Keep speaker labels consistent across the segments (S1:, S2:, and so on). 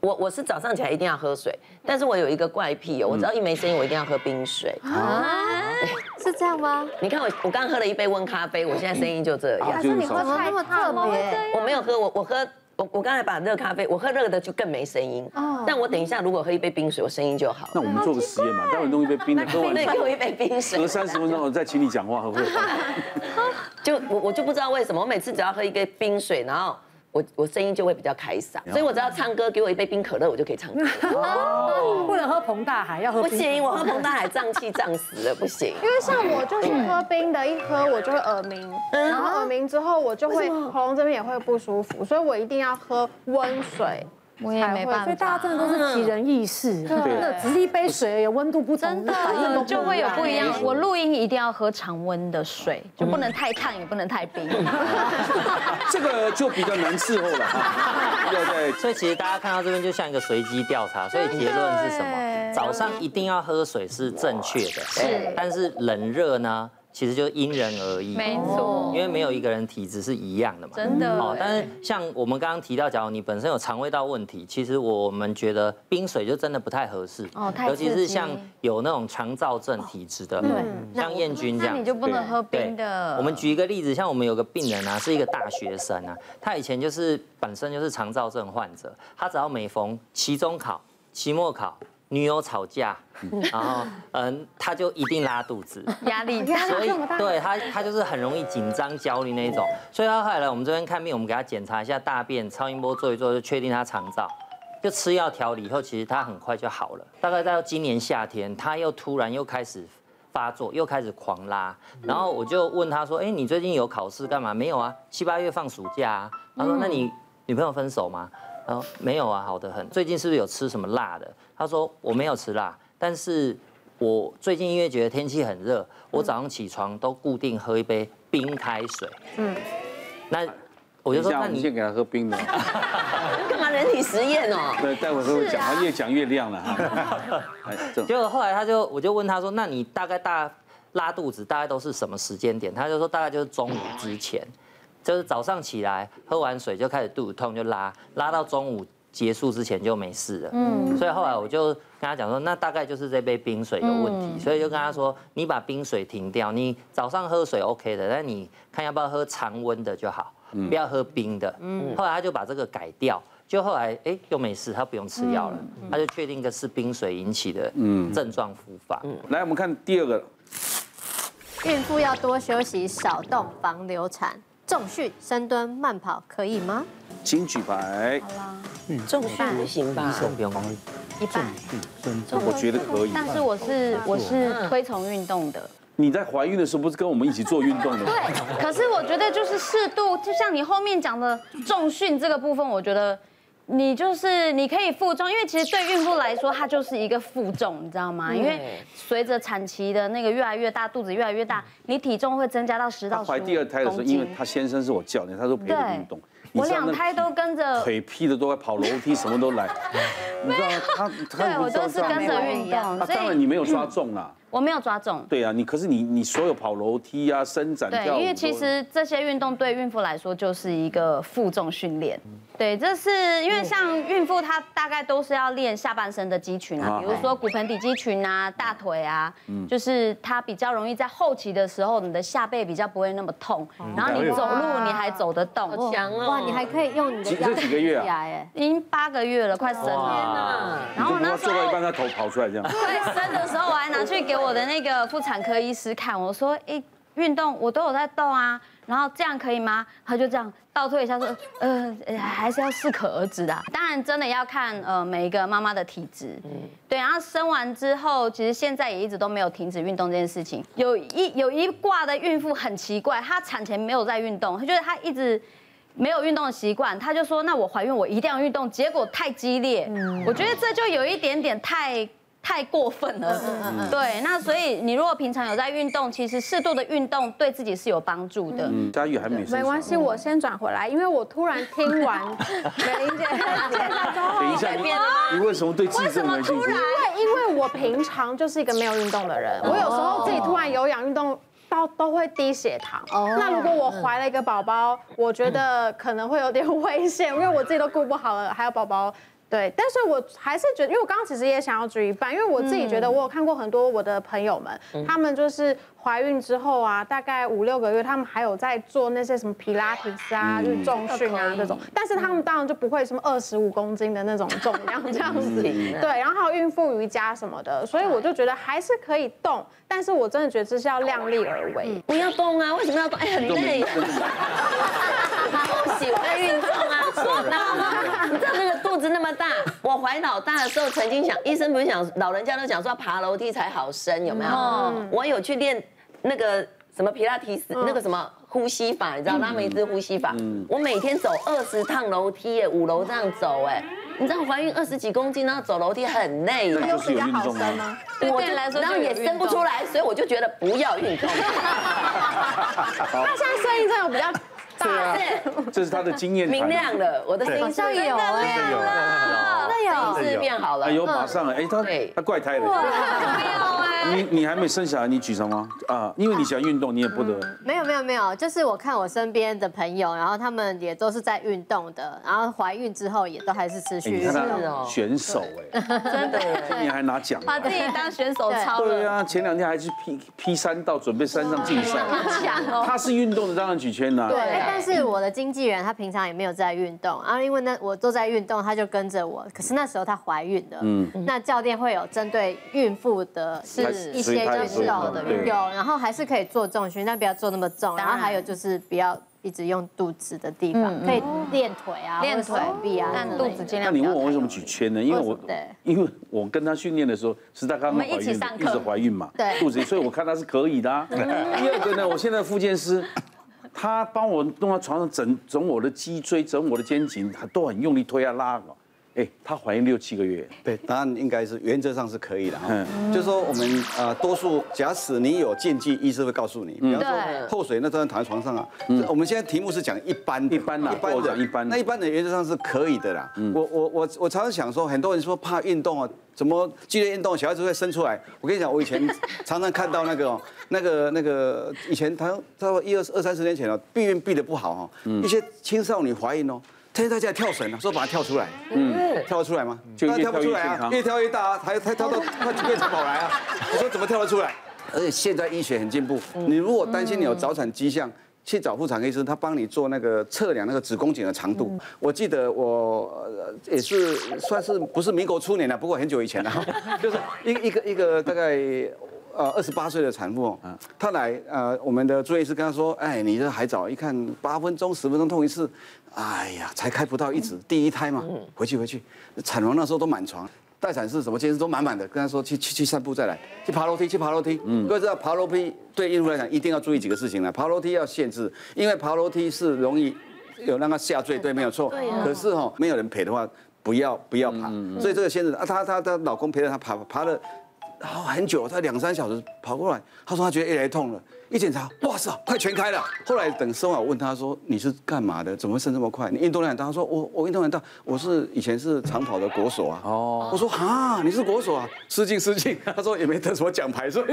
S1: 我我是早上起来一定要喝水，但是我有一个怪癖哦，我只要一没声音，我一定要喝冰水。
S2: 啊，
S3: 哎
S2: 是这样吗？
S1: 你看我我刚喝了一杯温咖啡，我现在声音就这样
S2: 还。是你喝
S4: 么
S2: 太
S4: 那么特
S2: 烫了
S4: 别
S2: 会
S1: 我没有喝，我我喝我我刚才把热咖啡，我喝热的就更没声音。
S2: 哦
S1: 但我等一下如果喝一杯冰水，我声音就好
S5: 那。我们做个实
S2: 啊
S5: 验嘛，待会弄一杯冰的，喝完
S1: 那你给我一杯冰水
S5: 隔，三十分钟 我再请你讲话，会不会？
S1: 就我我就不知道为什么，我每次只要喝一杯冰水，然后我我声音就会比较开嗓，所以我只要唱歌，给我一杯冰可乐，我就可以唱歌。
S6: 不能喝彭大海，要喝
S1: 不
S6: 冰
S1: 行，我 喝彭大海胀气胀死了，不行。
S4: 因为像我就是喝冰的，一喝我就会耳鸣，然后耳鸣之后我就会喉咙这边也会不舒服，所以我一定要喝温水。
S2: 我也没办法
S6: 所以大家真的都
S3: 嗯
S6: 是奇人异事，
S5: 对
S6: 那只是一杯水而已，温度不同，
S2: 真
S6: 反应都
S2: 的
S6: 不
S2: 就会有不一样
S6: 哎。
S2: 我录音一定要喝常温的水，
S7: 嗯
S2: 就不能太烫，也不能太冰。
S5: 这个就比较难伺候了哈，要在
S7: 所以其实大家看到这边就像一个随机调查，所以结论是什么？早上一定要喝水是正确的，是，但是冷热呢，其实就因人而异，
S2: 没错
S7: 因为没有一个人体质是一样的嘛，
S2: 真的
S7: 哦，但是像我们刚刚提到，假如你本身有肠胃道问题，其实我们觉得冰水就真的不太合适，
S2: 哦太
S7: 尤其
S2: 刺
S7: 是
S2: 激
S7: 像有那种肠燥症体质的，对，
S2: 嗯
S7: 像燕君这样，
S2: 那你就不能喝
S7: 对
S2: 冰的
S7: 我们举一个例子，像我们有个病人啊，是一个大学生啊，他以前就是本身就是肠燥症患者，他只要每逢期中考、期末考，女友吵架，然后嗯，他就一定拉肚子。
S2: 压力大，
S7: 所以对他，他就是很容易紧张、焦虑那一种。所以他后来来我们这边看病，我们给他检查一下大便，超音波做一做，就确定他肠燥，就吃药调理以后，其实他很快就好了。大概到今年夏天，他又突然又开始发作，又开始狂拉。
S5: 嗯
S7: 然后我就问他说：“哎，你最近有考试干嘛？没有啊，七八月放暑假啊。”他
S5: 嗯
S7: 说：“那你女朋友分手吗？”然后没有啊，好的很。最近是不是有吃什么辣的？他说我没有吃辣，但是我最近因为觉得天气很热，
S5: 嗯
S7: 我早上起床都固定喝一杯冰开水。嗯，那我
S5: 等
S7: 就
S5: 一
S7: 说，
S5: 下，我
S7: 那
S5: 们
S7: 你
S5: 先给他喝冰 的，
S1: 干嘛人体实验哦？
S5: 对，待会儿会讲，
S2: 啊
S5: 他越讲越亮了 哈。哎，这
S7: 结果后来他就我就问他说，那你大概大拉肚子大概都是什么时间点？他就说大概就是中午之前，就是早上起来喝完水就开始肚子痛就拉，拉到中午结束之前就没事了。嗯，所以后来我就跟他讲说，那大概就是这杯冰水有问题，所以就跟他说，你把冰水停掉，你早上喝水 OK 的，但你看要不要喝常温的就好，不要喝冰的。嗯，后来他就把这个改掉。就后来，哎，又没事，他不用吃药了，他就确定个是冰水引起的症状复发。
S5: 来，我们看第二个，
S3: 孕妇要多休息，少动，防流产。重训、深蹲、慢跑可以吗？
S5: 请举牌。
S1: 重训不行吧？
S7: 不用功，
S2: 一半。
S5: 我觉得可以。
S2: 但是我是我是推崇运动的，
S5: 你在怀孕的时候不是跟我们一起做运动的吗？
S2: 对。可是我觉得就是适度，就像你后面讲的重训这个部分，我觉得。你就是你可以负重，因为其实对孕妇来说，它就是一个负重，你知道吗？因为随着产期的那个越来越大，肚子越来越大，你体重会增加到十
S5: 她
S2: 到十
S5: 怀
S2: 五
S5: 第二胎的时候，
S2: 公
S5: 因为
S2: 斤
S5: 她先生是我教练，他说陪我运动。你
S2: 我
S5: 知道那
S2: 两胎都跟着，
S5: 腿劈的都在跑楼梯，什么都 来。你知道他他
S2: 对我都是跟着运动，
S5: 啊，
S2: 所
S5: 当然
S2: 以
S5: 你没有抓中啦，
S2: 我没有抓重。
S5: 对啊，你可是你你所有跑楼梯啊、伸展
S2: 对，
S5: 跳舞都，
S2: 因为其实这些运动对孕妇来说就是一个负重训练。
S5: 嗯
S2: 对，这是因为像孕妇她大概都是要练下半身的肌群
S5: 啊嗯
S2: 啊，比如说骨盆底肌群啊、大腿啊，就是她比较容易在后期的时候，你的下背比较不会那么痛，
S5: 嗯
S2: 然后你走路你还走得动。
S1: 强哦
S3: 哇，你还可以用你的
S5: 几
S3: 腰
S5: 这几个月啊
S3: 举起 来哎，
S2: 已经八个月了，快生了。
S1: 啊
S2: 然后我
S5: 你
S2: 那
S5: 就
S2: 时
S5: 做到一
S2: 候
S5: 半，他头跑出来这样。
S2: 快生的时候，我还拿去给我的那个妇产科医师看，我说：“哎、运动我都有在动啊，然后这样可以吗？”他就这样倒退一下说：“呃，呃还是要适可而止的啊、当然，真的要看呃每一个妈妈的体质。对，然后生完之后，其实现在也一直都没有停止运动这件事情。有一有一挂的孕妇很奇怪，她产前没有在运动，她就是她一直。没有运动的习惯，她就说：“那我怀孕，我一定要运动。”结果太激烈，我觉得这就有一点点太太过分了。对，那所以你如果平常有在运动，其实适度的运动对自己是有帮助的。
S5: 嗯，佳玉还没生小孩
S4: 没关系，我先转回来，因为我突然听完美玲姐的介绍之后，
S5: 等一下，你你为什么对自己这么没信心？
S4: 对，因为我平常就是一个没有运动的人，我有时候自己突然有氧运动。到都会低血糖。那如果我怀了一个宝宝，我觉得可能会有点危险，因为我自己都顾不好了，还有宝宝对，但是我还是觉得，因为我刚刚其实也想要举一半，因为我自己觉得我有看过很多我的朋友们，他们就是怀孕之后啊，大概五六个月，他们还有在做那些什么皮拉提斯啊、就是重训啊这种，但是他们当然就不会什么二十五公斤的那种重量这样子，对，然后还有孕妇瑜伽什么的，所以我就觉得还是可以动，但是我真的觉得这是要量力而为。
S1: 不要动啊，为什么要动？哎，很累。不喜欢运动啊，那你知道那个肚子那么大，我怀老大的时候曾经想，医生不是讲老人家都讲说要爬楼梯才好升，有没有？
S2: 嗯
S1: 我有去练那个什么皮拉提斯，那个什么呼吸法，你知道拉梅兹呼吸法，
S5: 嗯
S1: 我每天走二十趟楼梯耶，五楼这样走哎。你知道怀孕二十几公斤，然后走楼梯很累耶，
S5: 就是有运动
S4: 生
S5: 啊
S4: 吗？
S2: 对
S1: 我
S2: 对你来说
S1: 然后
S2: 就有
S1: 也
S2: 运
S1: 生不
S2: 动
S1: 出来，所以我就觉得不要运动。
S4: 那现在声音真的有比较大，
S5: 这是他的经验谈
S1: 明亮了，我的声音
S3: 好像有
S1: 真的
S3: 哎
S1: 亮了，
S3: 真的有
S1: 声音质变好了
S5: 哎。呦，马上哎，他
S1: 对
S5: 他怪胎了。你你还没生小孩，你沮丧吗？啊，因为你喜欢运动，你也不得
S3: 没有没有没有，就是我看我身边的朋友，然后他们也都是在运动的，然后怀孕之后也都还是持
S5: 哎，
S3: 续
S5: 你
S3: 运
S5: 看
S3: 动。
S5: 他选手哎，
S2: 真的
S5: 今年还拿奖。啊
S2: 把自己当选手操
S5: 对
S2: 了，
S5: 啊，前两天还去 P P 三道准备山上竞赛。
S2: 强哦。
S5: 他是运动的，当然举圈啦。
S3: 对，哎但
S8: 嗯
S3: 是我的经纪人他平常也没有在运动，然后因为那我都在运动，他就跟着我。可是那时候她怀孕了，嗯，那教练会有针对孕妇的
S5: 是
S3: 一些
S5: 所以她也
S3: 运
S5: 是有
S3: 动
S5: 的
S3: 的
S5: 对
S3: 有，然后还是可以做重训，但不要做那么重。然后还有就是不要一直用肚子的地方，可以练腿啊，
S2: 嗯练
S3: 或者手
S2: 腿
S3: 臂啊，
S2: 但
S3: 之类
S2: 肚
S3: 的
S2: 子尽
S5: 那
S2: 量不
S5: 你
S2: 要
S5: 问我为
S2: 太
S5: 什么
S2: 用
S5: 举
S2: 力
S5: 圈呢？因为我
S3: 对
S5: 因为我跟他训练的时候是他刚刚怀
S2: 我们一
S5: 孕，
S2: 起上
S5: 一
S2: 课嗯
S5: 直怀孕嘛
S3: 对，
S5: 肚子，所以我看他是可以的、 啊。第二个呢，我现在的复健师，他帮我弄到床上整整我的脊椎，整我的肩颈，他都很用力推啊拉啊。哎，她怀孕六七个 月，
S8: 对，答案应该是原则上是可以的哈
S5: 嗯。
S8: 就是说我们呃，多数假使你有禁忌，医师会告诉你，
S5: 嗯
S8: 比方
S2: 对
S8: 说后水那当然躺在床上啊。我们现在题目是讲一般的
S5: 一般啦
S8: 一般
S5: 我
S8: 的
S5: 讲一般嗯
S8: 那一般的原则上是可以的啦。我我我我常常想说，很多人说怕运动啊，怎么剧烈运动小孩子会生出来？我跟你讲，我以前常常看到那个哦 那个那个以前他他说一二二三十年前哦，避孕避得不好哦，
S5: 嗯
S8: 一些青少年怀孕哦。天天在家里跳绳啊，说把它跳出来，嗯，跳得出来吗？
S5: 就
S8: 那
S5: 越
S8: 跳不
S5: 跳
S8: 出
S5: 越
S8: 来
S5: 健
S8: 啊
S5: 康，
S8: 越跳越大啊，还还跳 到快几辈子跑来啊！我说怎么跳得出来？嗯而且现在医学很进步，你如果担心你有早产迹象，去找妇产科医生，他帮你做那个测量那个子宫颈的长度。我记得我呃也是算是不是民国初年了，啊不过很久以前了， 就是一一个一个大概。呃，二十八岁的产妇哦，她来呃，我们的住院医师跟她说，哎，你这还早，一看八分钟、十分钟痛一次，哎呀，才开不到一指，第一胎嘛，回去回去，产房那时候都满床，待产室什么监视都满满的，跟她说去去去散步再来，去爬楼梯去爬楼梯，各位知道爬楼梯对孕妇来讲一定要注意几个事情了，爬楼梯要限制，因为爬楼梯是容易有让她下坠，对，没有错，可是哈，没有人陪的话。不要不要爬，所以这个先生啊，她她她老公陪着她爬，爬了然后很久，他两三小时跑过来，他说他觉得越来越痛了，一检查，哇塞，快全开了。后来等生完，我问他说你是干嘛的？怎么会生这么快？你运动量很大？他说我我运动量很大，我是以前是长跑的国手啊。哦，我说哈，你是国手啊？失敬失敬。他说也没得什么奖牌，所以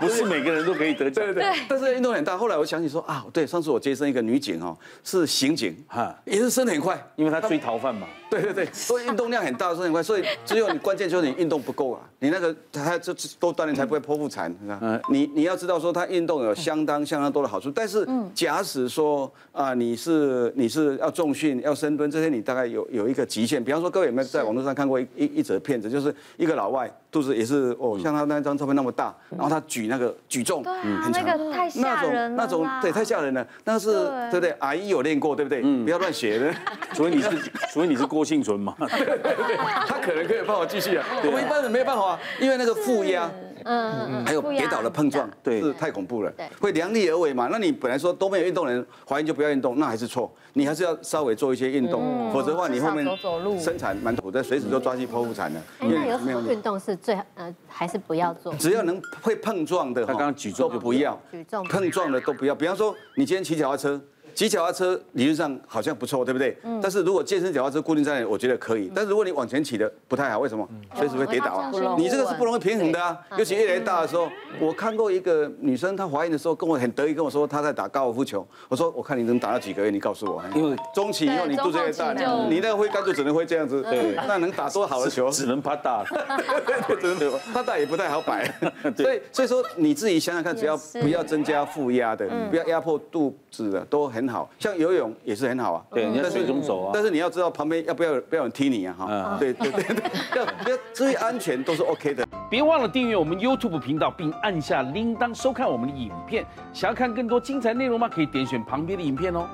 S5: 不是每个人都可以得奖。
S8: 对对对，但是运动量很大。后来我想起说啊，对，上次我接生一个女警哦，是刑警
S5: 哈，
S8: 也是生得很快，
S5: 因为他追逃犯嘛。
S8: 对对对， 所以运动量很大，所以很快，所以只有你关键就是你运动不 够啊，你那个他就多锻炼才不会剖腹产，是吧
S5: 嗯
S8: 你你要知道说他运动有相当相当多的好处，但是
S2: 嗯
S8: 假使说啊你是你是要重训要深蹲这些，你大概有有一个极限，比方说各位有没有在网络上看过一一一则片子，就是一个老外肚子也是哦像他那张照片那么大，然后他举那个举重，
S2: 对啊，
S8: 很
S2: 那
S8: 长。
S2: 个太
S8: 那
S2: 吓
S8: 种
S2: 人了啊
S8: 那种
S2: 啦
S8: 对太吓人了，那是对不对？阿姨有练过，对不对？不要乱学的。
S5: 除非你是，除非你是郭幸存 嘛。
S8: 他可能可以帮我继续啊，我们一般人没办法啊，因为那个负压，嗯，还有跌倒的碰撞，
S5: 对
S8: 是太恐怖了
S3: 对，
S8: 会量力而为嘛。那你本来说都没有运动的人怀孕就不要运动，那还是错，你还是要稍微做一些运动，否则的话你后面
S2: 至少走走路
S8: 生产蛮苦的，随时都抓去剖腹产的，
S3: 哎那有什么运动是最呃还是不要做？
S8: 只要能会碰撞的，哦
S5: 他刚刚举重啊
S8: 都不要，
S3: 举重
S8: 碰撞的都不要。比方说，你今天骑脚踏车，骑脚踏车理论上好像不错，对不对？但是如果健身脚踏车固定在那里，我觉得可以。但如果你往前骑的不太好，为什么？随
S3: 哦
S8: 时会跌倒啊
S2: 我怕这样！
S8: 你这个是不容易平衡的啊，尤其越来越大的时候。我看过一个女生，她怀孕的时候跟我很得意跟我说她在打高尔夫球，我说我看你能打到几个月，你告诉我。因为中期以后你肚子越大，
S2: 对中后期就
S8: 你那个挥杆就只能挥这样子，对，那能打多好的球？
S5: 只能怕大。
S8: 真的，他打也不太好摆，所以所以说你自己想想看，只要不要增加负压的，不要压迫肚子的，都很好。像游泳也是很好啊，
S5: 对，人家
S8: 但是
S5: 水中走啊
S8: 但。是你要知道旁边要不要不要有人踢你啊哈，
S5: 嗯
S8: 对对对，对要要注意安全都是 OK 的。
S5: 别忘了订阅我们 YouTube 频道，并按下铃铛收看我们的影片。想要看更多精彩内容吗？可以点选旁边的影片哦。